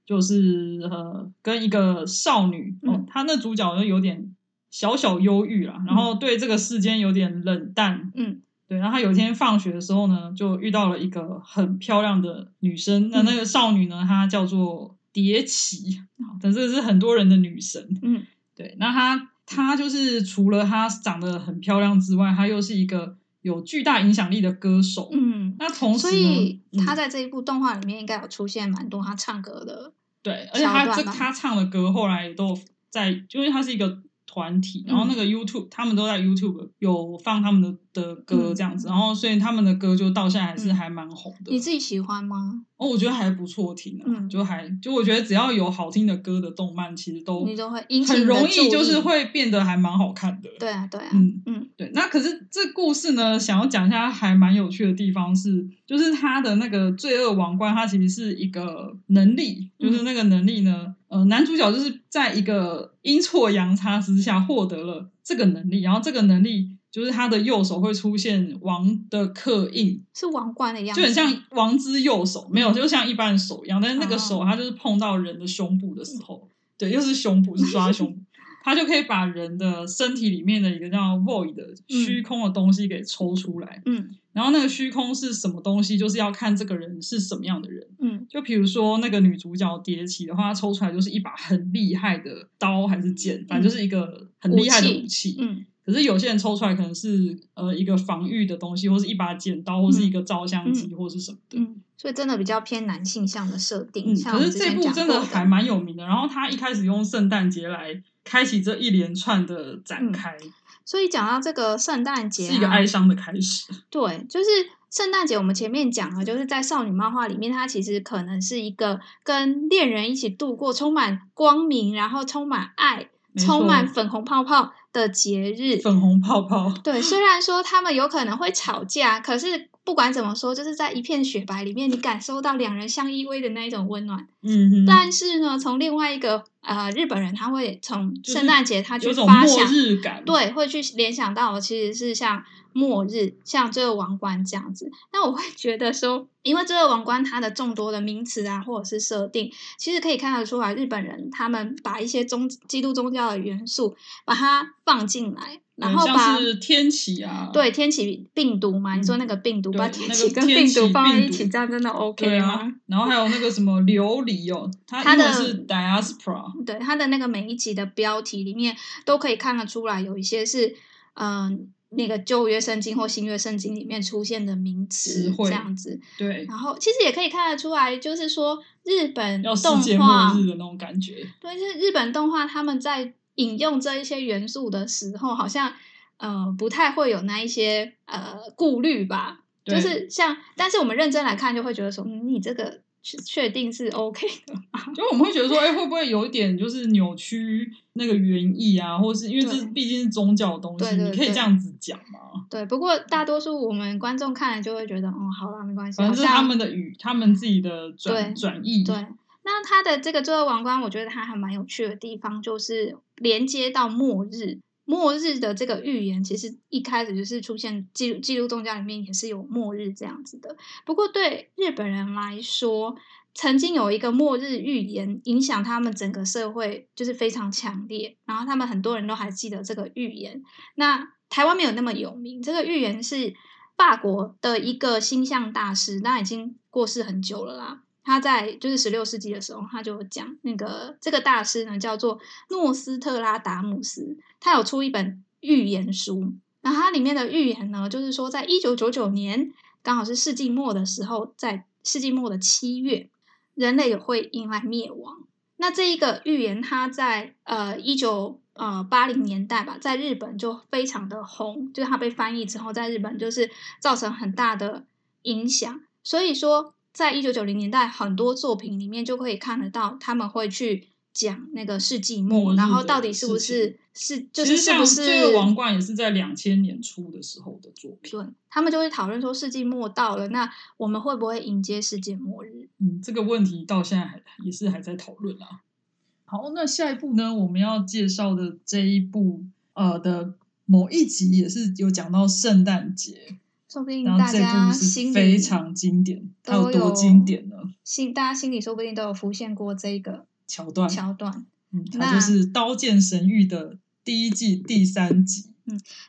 A: 就是呃跟一个少女，哦
B: 嗯，
A: 他那主角呢有点小小忧郁啦，然后对这个世间有点冷淡，
B: 嗯，
A: 对，然后他有一天放学的时候呢，就遇到了一个很漂亮的女生。那
B: 嗯
A: 那个少女呢，她叫做蝶奇，但这是很多人的女神。
B: 嗯，
A: 对，那她她就是除了她长得很漂亮之外，她又是一个有巨大影响力的歌手。
B: 嗯，
A: 那同时
B: 所
A: 呢，
B: 以
A: 嗯
B: 他在这一部动画里面应该有出现蛮多他唱歌的，
A: 对，而且他
B: 桥段
A: 这
B: 吧
A: 他唱的歌后来也都有在，因为他是一个团体，然后
B: 嗯
A: 那个 YouTube、他们都在 YouTube 有放他们的的歌这样子，然后所以他们的歌就到现在还是
B: 嗯
A: 还蛮红的。
B: 你自己喜欢吗？
A: 哦，我觉得还不错听啊，
B: 嗯
A: 就还就我觉得只要有好听的歌的动漫，其实都
B: 你都会引起
A: 很
B: 你的
A: 容
B: 注
A: 易就是
B: 意
A: 会变得还蛮好看的。
B: 对啊，对啊，
A: 嗯
B: 嗯
A: 对，那可是这故事呢，想要讲一下还蛮有趣的地方是，就是他的那个罪恶王冠，它其实是一个能力，
B: 嗯
A: 就是那个能力呢，呃，男主角就是在一个阴错阳差之下获得了这个能力，然后这个能力就是他的右手会出现王的刻印，
B: 是王冠的样子，
A: 就很像王之右手，没有，就像一般的手一样，但是那个手
B: 哦
A: 它就是碰到人的胸部的时候，对，又是胸部，是抓胸部，它就可以把人的身体里面的一个叫 void 的虚空的东西给抽出来。
B: 嗯
A: 然后那个虚空是什么东西，就是要看这个人是什么样的人。
B: 嗯
A: 就比如说那个女主角蝶起的话，她抽出来就是一把很厉害的刀还是剑，反正就是一个很厉害的武器。
B: 嗯
A: 可是有些人抽出来可能是呃一个防御的东西，或是一把剪刀，或是一个照相机，或是什么的。
B: 嗯，所以真的比较偏男性向的设定。
A: 嗯，
B: 像
A: 可
B: 我们
A: 是
B: 之
A: 这
B: 前
A: 部
B: 讲
A: 真
B: 过
A: 的还蛮有名的。然后他一开始用圣诞节来开启这一连串的
B: 嗯
A: 展开，
B: 所以讲到这个圣诞节、啊，
A: 是一个哀伤的开始。
B: 对，就是圣诞节，我们前面讲了，就是在少女漫画里面，它其实可能是一个跟恋人一起度过充满光明，然后充满爱、
A: 没错
B: 充满粉红泡泡的节日。
A: 粉红泡泡，
B: 对，虽然说他们有可能会吵架，可是不管怎么说，就是在一片雪白里面，你感受到两人相依偎的那一种温暖。
A: 嗯哼，
B: 但是呢，从另外一个呃日本人，他会从
A: 就是
B: 圣诞节他去
A: 有种
B: 发
A: 末
B: 想
A: 日感。，嗯
B: 对，会去联想到的其实是像末日、像罪恶王冠这样子。那我会 觉得说，因为罪恶王冠它的众多的名词啊，或者是设定，其实可以看得出来，日本人他们把一些宗基督宗教的元素把它放进来，然后把
A: 嗯像是天启啊，
B: 对天启病毒嘛，你说那个病毒、
A: 对
B: 把
A: 那
B: 天
A: 个
B: 启跟
A: 天
B: 病
A: 启
B: 毒放在
A: 病
B: 一起，
A: 毒
B: 这样真的 OK
A: 对
B: 吗？
A: 啊，然后还有那个什么琉璃哦，它
B: 它
A: 英
B: 的
A: 文是 diaspora，
B: 对它的那个每一集的标题里面都可以看得出来，有一些是嗯、那个旧约圣经或新约圣经里面出现的名
A: 词
B: 词
A: 汇
B: 这样子。
A: 对，
B: 然后其实也可以看得出来，就是说日本
A: 要世
B: 动
A: 界末
B: 画，
A: 日的那种感觉。
B: 对，就是日本动画他们在引用这一些元素的时候，好像呃不太会有那一些呃顾虑吧。就
A: 对
B: 是像，但是我们认真来看，就会觉得说，嗯，你这个确确定是 OK 的吗
A: 就我们会觉得说，哎、会不会有一点就是扭曲那个原意啊，或是因为这
B: 对
A: 毕竟是宗教的东西，
B: 对对
A: 你可以
B: 对
A: 这样子讲吗？
B: 对，不过大多数我们观众看了就会觉得，哦，好啦，没关系，
A: 反正
B: 好
A: 就是他
B: 像
A: 们的语，他们自己的转
B: 对
A: 转译，
B: 对。那他的这个《最后王冠》，我觉得它还蛮有趣的地方，就是连接到末日。末日的这个预言，其实一开始就是出现记录记录宗教里面也是有末日这样子的。不过对日本人来说，曾经有一个末日预言影响他们整个社会，就是非常强烈。然后他们很多人都还记得这个预言。那台湾没有那么有名，这个预言是法国的一个星象大师，那已经过世很久了啦。他在就是十六世纪的时候，他就讲那个这个大师呢叫做诺斯特拉达姆斯，他有出一本预言书，然后它里面的预言呢，就是说在一九九九年，刚好是世纪末的时候，在世纪末的七月，人类会迎来灭亡。那这一个预言，它在呃一九呃八零年代吧，在日本就非常的红，就是它被翻译之后，在日本就是造成很大的影响。所以说，在一九九零年代，很多作品里面就可以看得到，他们会去讲那个世纪
A: 末
B: 末，
A: 日
B: 然后
A: 的
B: 到底是不
A: 事情
B: 是是就
A: 其实
B: 是是
A: 像
B: 不
A: 《
B: 是
A: 罪恶王冠》也是在两千年初的时候的作品，
B: 对，他们就会讨论说世纪末到了，那我们会不会迎接世界末日？
A: 嗯，这个问题到现在还也是还在讨论啊。好，那下一步呢，我们要介绍的这一部呃的某一集也是有讲到圣诞节，
B: 说不定
A: 然后
B: 嗯大
A: 这
B: 家
A: 部是
B: 心里
A: 非常经典，它有
B: 都有
A: 多经典呢？
B: 心，大家心里说不定都有浮现过这个
A: 桥段，
B: 桥段。
A: 嗯，它
B: 那
A: 就是《刀剑神域》的第一季第三集。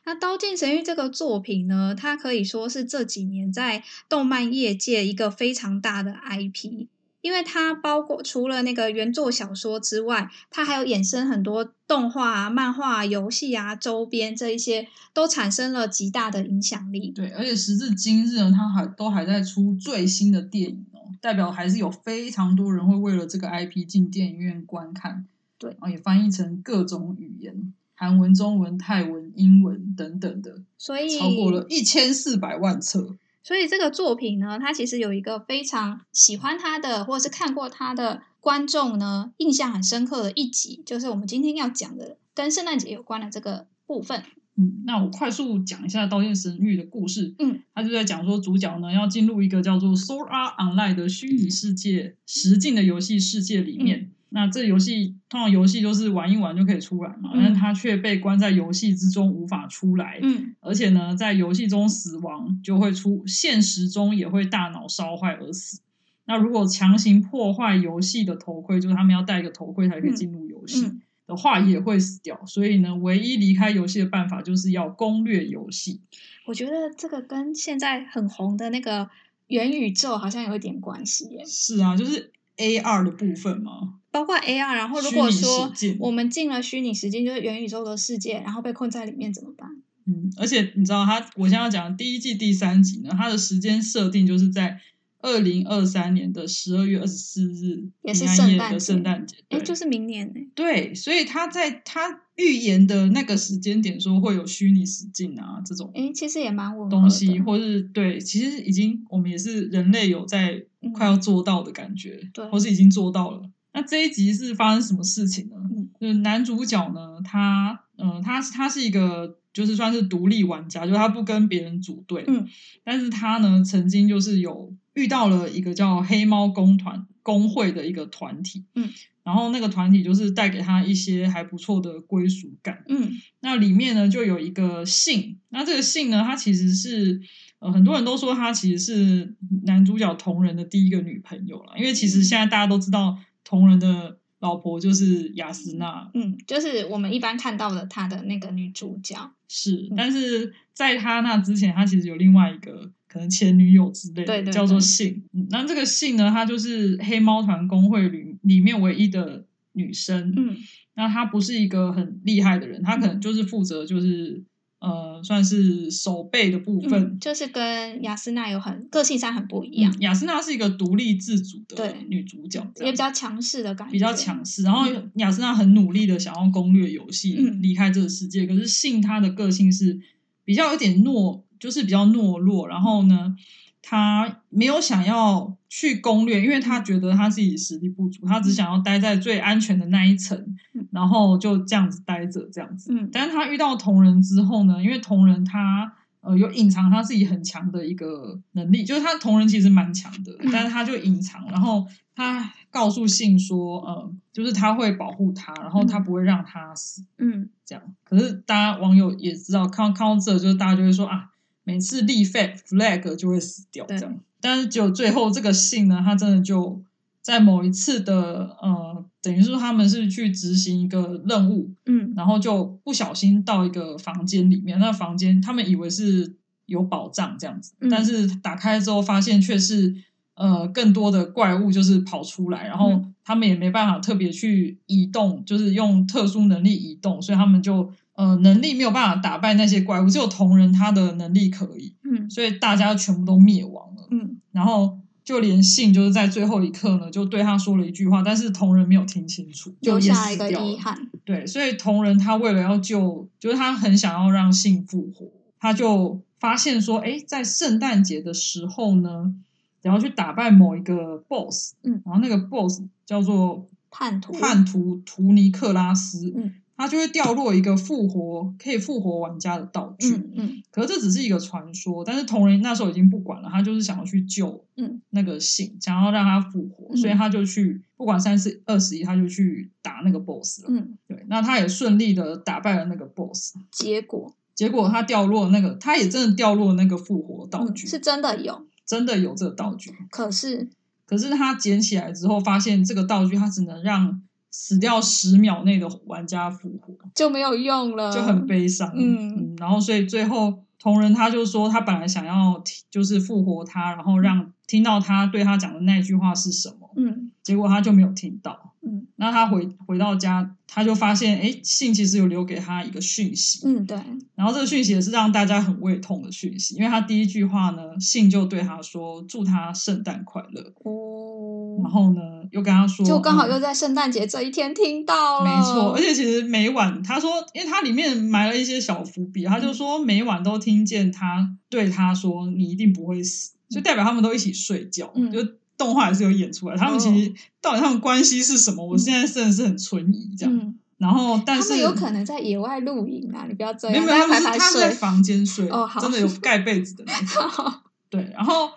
B: 那《刀剑神域》这个作品呢，它可以说是这几年在动漫业界一个非常大的 IP，因为它包括除了那个原作小说之外，它还有衍生很多动画、啊、漫画、啊、游戏啊、周边这一些，都产生了极大的影响力。
A: 对，而且时至今日呢，它还都还在出最新的电影哦，代表还是有非常多人会为了这个 IP 进电影院观看。
B: 对
A: 然后也翻译成各种语言，韩文、中文、泰文、英文等等的，
B: 所以
A: 超过了一千四百万册。
B: 所以这个作品呢，它其实有一个非常喜欢它的，或者是看过它的观众呢，印象很深刻的一集，就是我们今天要讲的跟圣诞节有关的这个部分。
A: 嗯，那我快速讲一下《刀剑神域》的故事。
B: 嗯，
A: 他就在讲说主角呢要进入一个叫做《Sword Art Online》的虚拟世界实境的游戏世界里面。
B: 嗯
A: 那这游戏通常游戏就是玩一玩就可以出来嘛，
B: 嗯
A: 但他却被关在游戏之中无法出来，
B: 嗯
A: 而且呢，在游戏中死亡就会出，现实中也会大脑烧坏而死。那如果强行破坏游戏的头盔，就是他们要戴一个头盔才可以进入游戏、
B: 嗯
A: 的话，也会死掉。所以呢，唯一离开游戏的办法就是要攻略游戏。
B: 我觉得这个跟现在很红的那个元宇宙好像有一点关系耶。
A: 是啊，就是 A R 的部分吗？
B: 包括 AR，然后如
A: 虚
B: 果
A: 拟
B: 说
A: 实境
B: 我们进了虚拟实境，就是元宇宙的世界，然后被困在里面怎么办？
A: 嗯，而且你知道他，我现在要讲的第一季第三集呢，它的时间设定就是在二零二三年的十二月二十四日，
B: 也是
A: 平安夜
B: 圣诞节
A: 的圣诞节，
B: 哎，
A: 对，
B: 就是明年呢、
A: 对，所以他在他预言的那个时间点说会有虚拟实境啊这种
B: 哎，其实也蛮吻合的
A: 东西，或是对，其实已经我们也是人类有在
B: 嗯
A: 快要做到的感觉，
B: 对
A: 或是已经做到了。那这一集是发生什么事情呢？
B: 嗯
A: 就是男主角呢，他呃，他他是一个就是算是独立玩家，就是他不跟别人组队，
B: 嗯，
A: 但是他呢曾经就是有遇到了一个叫黑猫工团工会的一个团体，
B: 嗯，
A: 然后那个团体就是带给他一些还不错的归属感，
B: 嗯
A: 那里面呢就有一个姓，那这个姓呢，它其实是呃很多人都说她其实是男主角同人的第一个女朋友了，因为其实现在大家都知道同人的老婆就是雅斯娜
B: 嗯，就是我们一般看到的她的那个女主角，
A: 是
B: 嗯，
A: 但是在她那之前，她其实有另外一个可能前女友之类的，
B: 对对
A: 叫做
B: 对
A: 姓。嗯那这个姓呢，她就是黑猫团工会里里面唯一的女生，
B: 嗯
A: 那他不是一个很厉害的人，他可能就是负责就是呃，算是手背的部分
B: 嗯，。就是跟雅诗娜有很个性上很不
A: 嗯
B: 一样，
A: 雅诗娜是一个独立自主的
B: 对
A: 女主角，这
B: 也
A: 样
B: 比较强势的感觉，
A: 嗯比较强，势。然后
B: 嗯
A: 雅诗娜很努力的想要攻略游戏，
B: 嗯
A: 离开这个世界。可是信她的个性是比较有点懦，就是比较懦弱。然后呢，她没有想要去攻略，因为她觉得她自己实力不足，她只想要待在最安全的那一层
B: 嗯，
A: 然后就这样子待着，这样子。
B: 嗯
A: 但是他遇到同人之后呢，因为同人他呃有隐藏他自己很强的一个能力，就是他同人其实蛮强的
B: 嗯，
A: 但是他就隐藏，然后他告诉信说，呃，就是他会保护他，然后他不会让他死，
B: 嗯
A: 这样。可是大家网友也知道，看到看到这就是大家就会说啊，每次立 flag flag 就会死掉
B: 对
A: 这样。但是只有最后这个信呢，他真的就在某一次的呃，等于说他们是去执行一个任务，
B: 嗯
A: 然后就不小心到一个房间里面，那房间他们以为是有宝藏这样子，
B: 嗯
A: 但是打开之后发现却是呃更多的怪物就是跑出来，然后
B: 嗯
A: 他们也没办法特别去移动，就是用特殊能力移动，所以他们就呃能力没有办法打败那些怪物，只有同人他的能力可以，
B: 嗯
A: 所以大家全部都灭亡了，
B: 嗯
A: 然后。就连信就是在最后一刻呢，就对他说了一句话，但是同人没有听清楚，就
B: 留
A: 也
B: 下
A: 死
B: 一个
A: 掉了
B: 遗憾，
A: 对，所以同人他为了要救，就是他很想要让信复活，他就发现说，哎，在圣诞节的时候呢，然后去打败某一个 boss，
B: 嗯，
A: 然后那个 boss 叫做
B: 叛徒，
A: 叛徒图尼克拉斯，
B: 嗯
A: 他就会掉落一个复活可以复活玩家的道具，
B: 嗯嗯
A: 可是这只是一个传说，但是同人那时候已经不管了，他就是想要去救
B: 嗯
A: 那个信，想要让他复活，
B: 嗯
A: 所以他就去不管三七二十一，他就去打那个 boss 了。
B: 嗯，
A: 对，那他也顺利的打败了那个 boss，
B: 结果
A: 结果他掉落那个，他也真的掉落那个复活道
B: 嗯
A: 具，
B: 是真的有，
A: 真的有这个道具。
B: 可是
A: 可是他捡起来之后，发现这个道具它只能让死掉十秒内的玩家复活，
B: 就没有用了，
A: 就很悲伤。
B: 啊嗯
A: 然后所以最后同人他就说，他本来想要提就是复活他，然后让听到他对他讲的那句话是什么，
B: 嗯
A: 结果他就没有听到。
B: 嗯
A: 那他回回到家，他就发现，哎，信其实有留给他一个讯息，
B: 嗯对，
A: 然后这个讯息也是让大家很胃痛的讯息，因为他第一句话呢，信就对他说祝他圣诞快乐，
B: 哦，
A: 然后呢又跟他说，
B: 就刚好
A: 嗯
B: 又在圣诞节这一天听到了，
A: 没错，而且其实每晚他说，因为他里面埋了一些小伏笔，
B: 嗯
A: 他就说每晚都听见他对他说你一定不会死，就代表他们都一起睡觉，
B: 嗯哦
A: 就动画也是有演出来，他们其实到底他们关系是什么，我现在真的是很存疑这样。
B: 嗯，
A: 然后但
B: 他
A: 是
B: 们有可能在野外露营啊，你不要这
A: 没有
B: 样，
A: 没有，他们是
B: 大家排排
A: 他们在
B: 睡。
A: 房间睡，
B: 哦好
A: 真的有盖被子的那种。 对，然后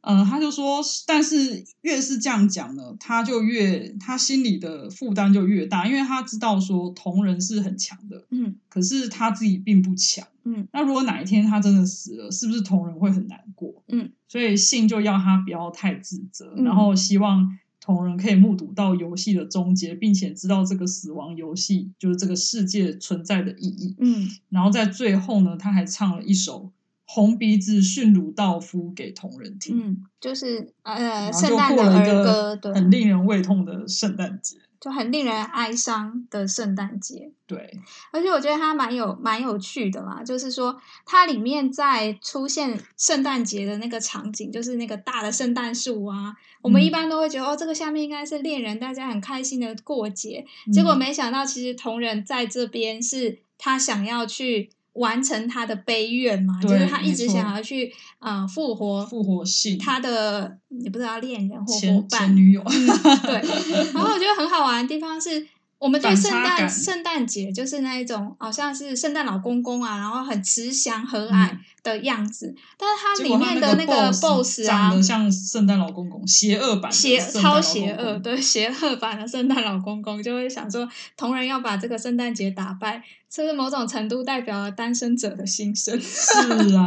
A: 呃，他就说，但是越是这样讲呢，他就越他心里的负担就越大，因为他知道说同人是很强的，
B: 嗯
A: 可是他自己并不强。
B: 嗯，
A: 那如果哪一天他真的死了，是不是同人会很难过？
B: 嗯，
A: 所以信就要他不要太自责，
B: 嗯
A: 然后希望同人可以目睹到游戏的终结，并且知道这个死亡游戏就是这个世界存在的意义。
B: 嗯
A: 然后在最后呢，他还唱了一首红鼻子驯鲁道夫给同人听，
B: 嗯，就是呃，
A: 然
B: 圣
A: 后就
B: 诞
A: 过
B: 的
A: 了一
B: 儿歌，
A: 个
B: 对，
A: 很令人胃痛的圣诞节。
B: 就很令人哀伤的圣诞节。
A: 对，
B: 而且我觉得它蛮有蛮有趣的啦，就是说它里面在出现圣诞节的那个场景，就是那个大的圣诞树啊，我们
A: 嗯
B: 一般都会觉得、哦，这个下面应该是恋人大家很开心的过节，结果
A: 嗯
B: 没想到其实同人在这边是他想要去。完成他的悲愿嘛，就是
A: 对
B: 他一
A: 没
B: 直
A: 错
B: 想要去呃复活
A: 复活性
B: 他的也不知道恋人或伙
A: 前前
B: 伴，嗯
A: 女友，
B: 对，然后我觉得很好玩的地方是，我们对
A: 反
B: 圣
A: 差
B: 诞
A: 感
B: 圣诞节就是那一种好像是圣诞老公公啊，然后很慈祥和
A: 嗯
B: 蔼的样子，但是它
A: 结
B: 里
A: 果他
B: 面的那
A: 个
B: BOSS 啊
A: 长得，像圣诞老公公，邪恶版的
B: 邪
A: 圣诞老
B: 超
A: 公
B: 邪
A: 公
B: 恶，，对邪恶版的圣诞老公公，就会想说，同人要把这个圣诞节打败，是不是某种程度代表了单身者的心声？
A: 是啊。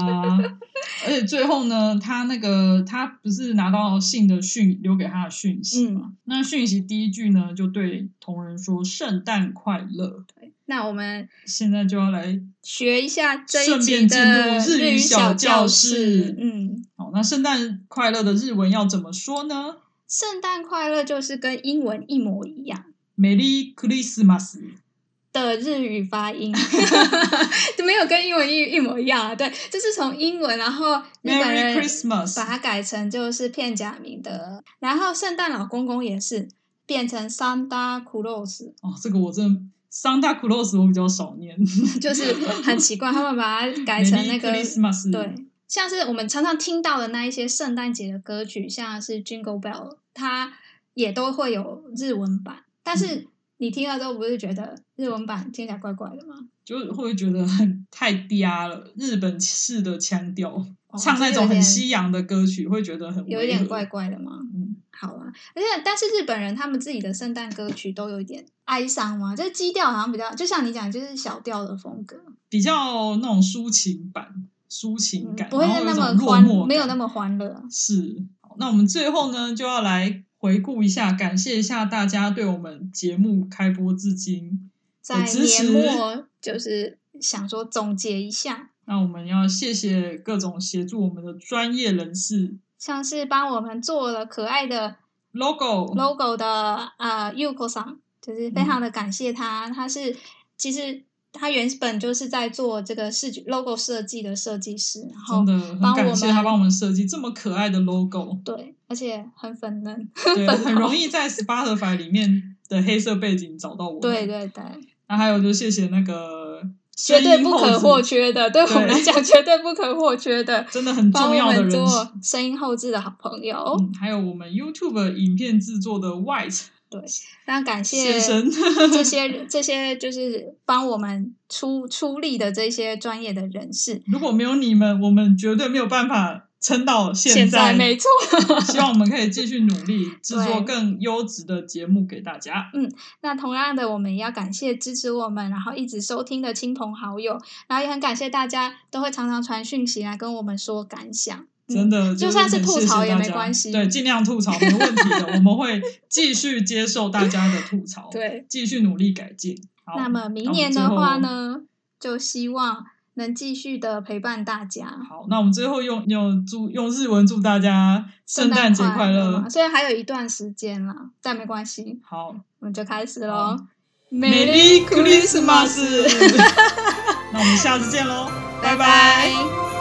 A: 而且最后呢，他那个他不是拿到信的讯留给他的讯息嘛？
B: 嗯，
A: 那讯息第一句呢，就对同人说“圣诞快乐
B: 那我们”，
A: 现在就要来
B: 学一下这一
A: 顺
B: 集
A: 便进入
B: 的
A: 日
B: 语
A: 语
B: 小
A: 小
B: 教
A: 教
B: 室
A: 室，
B: 嗯。
A: 好，那圣诞快乐的日文要怎么说呢
B: 圣诞快乐就是跟英文一模一样
A: ？Merry Christmas，
B: 的日语 发音，就没有跟英文一一模一样啊。对，这是从英文，然后日本
A: Merry
B: 人
A: Christmas
B: 把它改成就是片假名的，然后圣诞老公公也是变成 Santa Claus，
A: 哦，这个我真的 Santa Claus 我比较少念，
B: 就是很奇怪，他们把它 改成 那个
A: Merry Christmas，
B: 对，像是我们常常听到的那一些圣诞节的歌曲，像是 Jingle Bell，它也都会有日文版。但
A: 嗯
B: 是你听了之后，不是觉得日文版听起来怪怪的吗？
A: 就会觉得很太嗲了，日本式的腔调，
B: 哦
A: 唱那
B: 就有
A: 种很
B: 点
A: 西洋的歌曲会觉得很
B: 有一
A: 违
B: 点
A: 和
B: 怪。怪的吗？
A: 嗯，
B: 好啊，而且但是日本人他们自己的圣诞歌曲都有一点哀伤嘛，就是基调好像比较，就像你讲，就是小调的风格，
A: 比较那种抒情版、抒情
B: 嗯
A: 感，
B: 不会
A: 然后有
B: 那
A: 一种
B: 么
A: 落
B: 欢
A: 寞，感
B: 没有那么欢乐。
A: 是。好那我们最后呢，就要来回顾一下，感谢一下大家对我们节目开播至今
B: 在
A: 的支
B: 年
A: 持。
B: 末就是想说总结一下，
A: 那我们要谢谢各种协助我们的专业人士
B: 像是帮我们做了可爱的
A: logo
B: logo 的呃 Yuko 桑，就是
A: 嗯
B: 非常的感谢他，他是其实他原本就是在做这个视觉 logo 设计的设计师，然后
A: 真的很
B: 帮我
A: 感谢他
B: 们
A: 帮我们设计这么可爱的 logo，
B: 对，而且很粉嫩，
A: 对，
B: 粉
A: 很
B: 红
A: 容易在 Spotify 里面的黑色背景找到我。
B: 对。对对，
A: 那还有就谢谢那个
B: 绝对不
A: 声音后置
B: 可或，缺的，对我们
A: 对
B: 来讲绝对不可或缺的，
A: 真的很
B: 帮
A: 重
B: 我
A: 要的
B: 们
A: 人。
B: 做哦声音后置的好朋友，
A: 嗯，还有我们 YouTube 影片制作的 White
B: 非常感
A: 先
B: 谢
A: 生，
B: 这些这些就是帮我们出出力的这些专业的人士，
A: 如果没有你们，我们绝对没有办法撑到
B: 现
A: 在。
B: 没错。
A: 希望我们可以继续努力，制作
B: 对
A: 更优质的节目给大家。
B: 那同样的，我们也要感谢支持我们，然后一直收听的亲朋好友，然后也很感谢大家都会常常传讯息来跟我们说感想。
A: 真
B: 的，
A: 的，
B: 嗯就是算是
A: 很
B: 吐
A: 谢谢
B: 槽也
A: 大
B: 没
A: 家
B: 关系
A: 对，尽量吐槽没问题的，我们会继续接受大家的吐槽，，
B: 对。
A: 继续努力改进。好
B: 那么明
A: 我们
B: 年
A: 最
B: 的话
A: 后
B: 呢，就希望能继续的陪伴大家。
A: 好，那我们最后用用祝用日文祝大家圣诞节
B: 快
A: 乐。
B: 嘛虽然还有一段时间啦，但没关系，
A: 好
B: 我们就开始
A: 好
B: 喽。
A: ，Merry Christmas！那我们下次见喽，拜
B: 拜拜